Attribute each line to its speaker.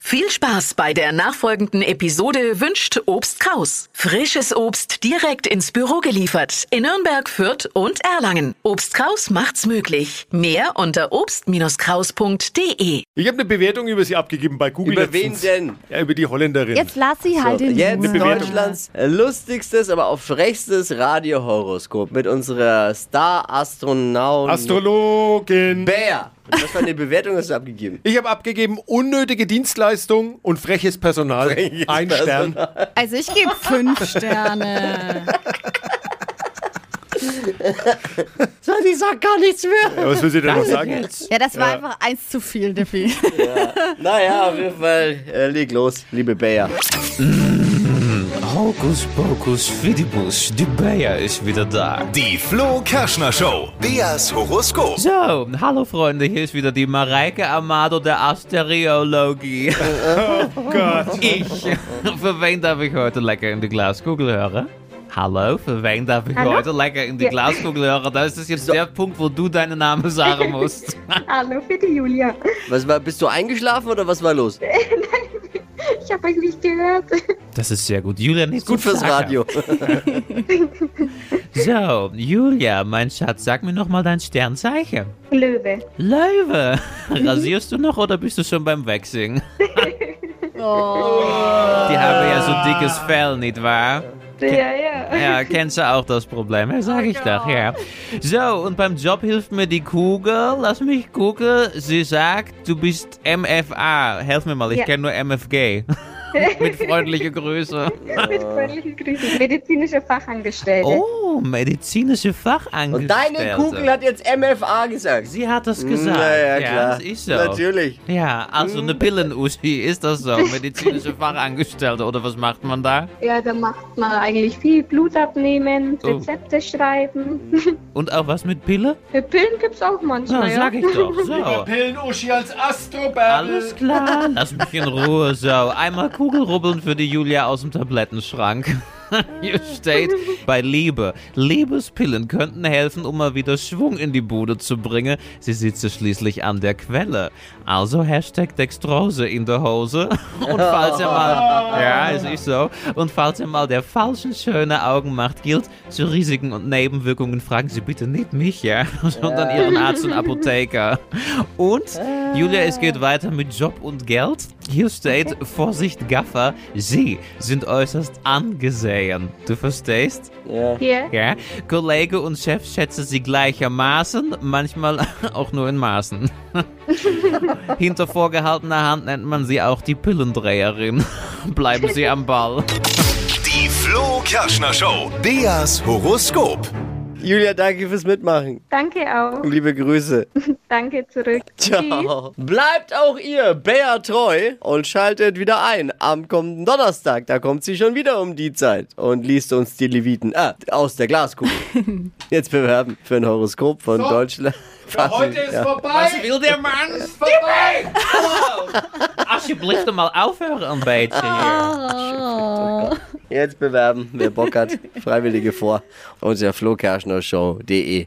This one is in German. Speaker 1: Viel Spaß bei der nachfolgenden Episode wünscht Obst Kraus. Frisches Obst direkt ins Büro geliefert in Nürnberg, Fürth und Erlangen. Obst Kraus macht's möglich. Mehr unter obst-kraus.de.
Speaker 2: Ich habe eine Bewertung über sie abgegeben bei Google.
Speaker 3: Über wen
Speaker 2: letztens.
Speaker 3: denn?
Speaker 2: Ja, über die Holländerin.
Speaker 4: Jetzt lass sie halt in
Speaker 3: Jetzt
Speaker 4: Ruhe.
Speaker 2: Bewertung.
Speaker 3: Deutschlands lustigstes, aber auch frechstes Radiohoroskop mit unserer Star-Astronautin
Speaker 2: Astrologin.
Speaker 3: Bär. Und Was war eine Bewertung, hast du abgegeben?
Speaker 2: Ich habe abgegeben unnötige Dienstleistung und freches Personal.
Speaker 3: Freches
Speaker 2: Ein
Speaker 3: Personal.
Speaker 2: Stern.
Speaker 4: Also ich gebe fünf Sterne.
Speaker 3: So, die sagt gar nichts mehr.
Speaker 2: Ja, was will sie denn noch sagen jetzt?
Speaker 4: Ja, das war einfach eins zu viel, Diffi.
Speaker 3: Naja, auf jeden Fall, äh, leg los, liebe Bär.
Speaker 5: Hokus Pokus Fidibus, die Bayer ist wieder da.
Speaker 6: Die Flo Kerschner Show. Beas Horoskop.
Speaker 5: So, hallo Freunde, hier ist wieder die Mareike Amado der Asteriologie.
Speaker 2: Gott.
Speaker 5: Ich, für wen darf ich heute lecker in die Glaskugel hören? Hallo, für wen darf ich
Speaker 7: Hallo?
Speaker 5: heute lecker in die Glaskugel hören? Da ist es jetzt der Punkt, wo du deinen Namen sagen musst.
Speaker 7: Hallo, bitte Julia.
Speaker 3: Was war, bist du eingeschlafen oder was war los?
Speaker 7: Ich habe euch nicht gehört.
Speaker 5: Das ist sehr gut. Julia, nicht
Speaker 3: Gut
Speaker 5: so
Speaker 3: fürs
Speaker 5: zackern.
Speaker 3: Radio.
Speaker 5: So, Julia, mein Schatz, sag mir nochmal dein Sternzeichen.
Speaker 7: Löwe.
Speaker 5: Löwe, rasierst du noch oder bist du schon beim Waxing? Die haben ja so dickes Fell, nicht wahr?
Speaker 7: Ja, ja.
Speaker 5: Ja, kennst du auch das Problem, ja, sag ich doch, ja. So, und beim Job hilft mir die Kugel, lass mich gucken, sie sagt, du bist MFA, helf mir mal, ich
Speaker 7: Ja.
Speaker 5: kenne nur MFG. Mit freundlicher Grüße.
Speaker 7: Mit freundlichen Grüßen. Medizinischer Fachangestellte.
Speaker 5: Oh, medizinische
Speaker 3: Und
Speaker 5: Fachangestellte.
Speaker 3: deine Kugel hat jetzt MFA gesagt.
Speaker 5: Sie hat das gesagt.
Speaker 3: Naja, klar.
Speaker 5: das ist so.
Speaker 3: Natürlich.
Speaker 5: Ja, also eine Pillen-Uschi, ist das so? Medizinische Fachangestellte, oder was macht man da?
Speaker 7: Ja, da macht man eigentlich viel Blut abnehmen,
Speaker 5: Oh.
Speaker 7: Rezepte schreiben.
Speaker 5: Und auch was mit Pille?
Speaker 7: Pillen gibt's auch
Speaker 5: Na,
Speaker 7: manchmal.
Speaker 5: Ah, sag ich doch. So.
Speaker 2: Pillenuschi als Astrobärl.
Speaker 5: Alles klar, lass mich in Ruhe. So, einmal Kugelrubbeln für die Julia aus dem Tablettenschrank. Hier steht bei Liebe. Liebespillen könnten helfen, um mal wieder Schwung in die Bude zu bringen. Sie sitze schließlich an der Quelle. Also Hashtag Dextrose in der Hose. Und falls ihr mal. Ja, es ist so. Und falls ihr mal der falschen schöne Augen macht, gilt, zu Risiken und Nebenwirkungen fragen Sie bitte nicht mich, ja, sondern Ihren Arzt und Apotheker. Und, Julia, es geht weiter mit Job und Geld. Hier steht, Vorsicht, Gaffer, Sie sind äußerst angesehen. Du verstehst?
Speaker 3: Ja.
Speaker 7: Ja.
Speaker 5: Ja. Kollege und Chef schätzen Sie gleichermaßen, manchmal auch nur in Maßen. Hinter vorgehaltener Hand nennt man sie auch die Pillendreherin. Bleiben Sie am Ball.
Speaker 6: Die Flo Kerschner Show. Beas Horoskop.
Speaker 3: Julia, danke fürs Mitmachen.
Speaker 7: Danke auch.
Speaker 5: Hm.
Speaker 3: Und Liebe Grüße.
Speaker 7: Danke zurück. Tschüss.
Speaker 3: Ciao. Bleibt auch ihr Bär treu und schaltet wieder ein am kommenden Donnerstag. Da kommt sie schon wieder um die Zeit und liest uns die Leviten ah, aus der Glaskugel. Jetzt bewerben für ein Horoskop von Deutschland. Heute ist
Speaker 5: Was Also will der Mann? Ist vorbei! Alsjeblieft, mal aufhören ein beetje hier.
Speaker 3: Jetzt bewerben, wer Bock hat, Freiwillige vor unter flokerschnershow.de.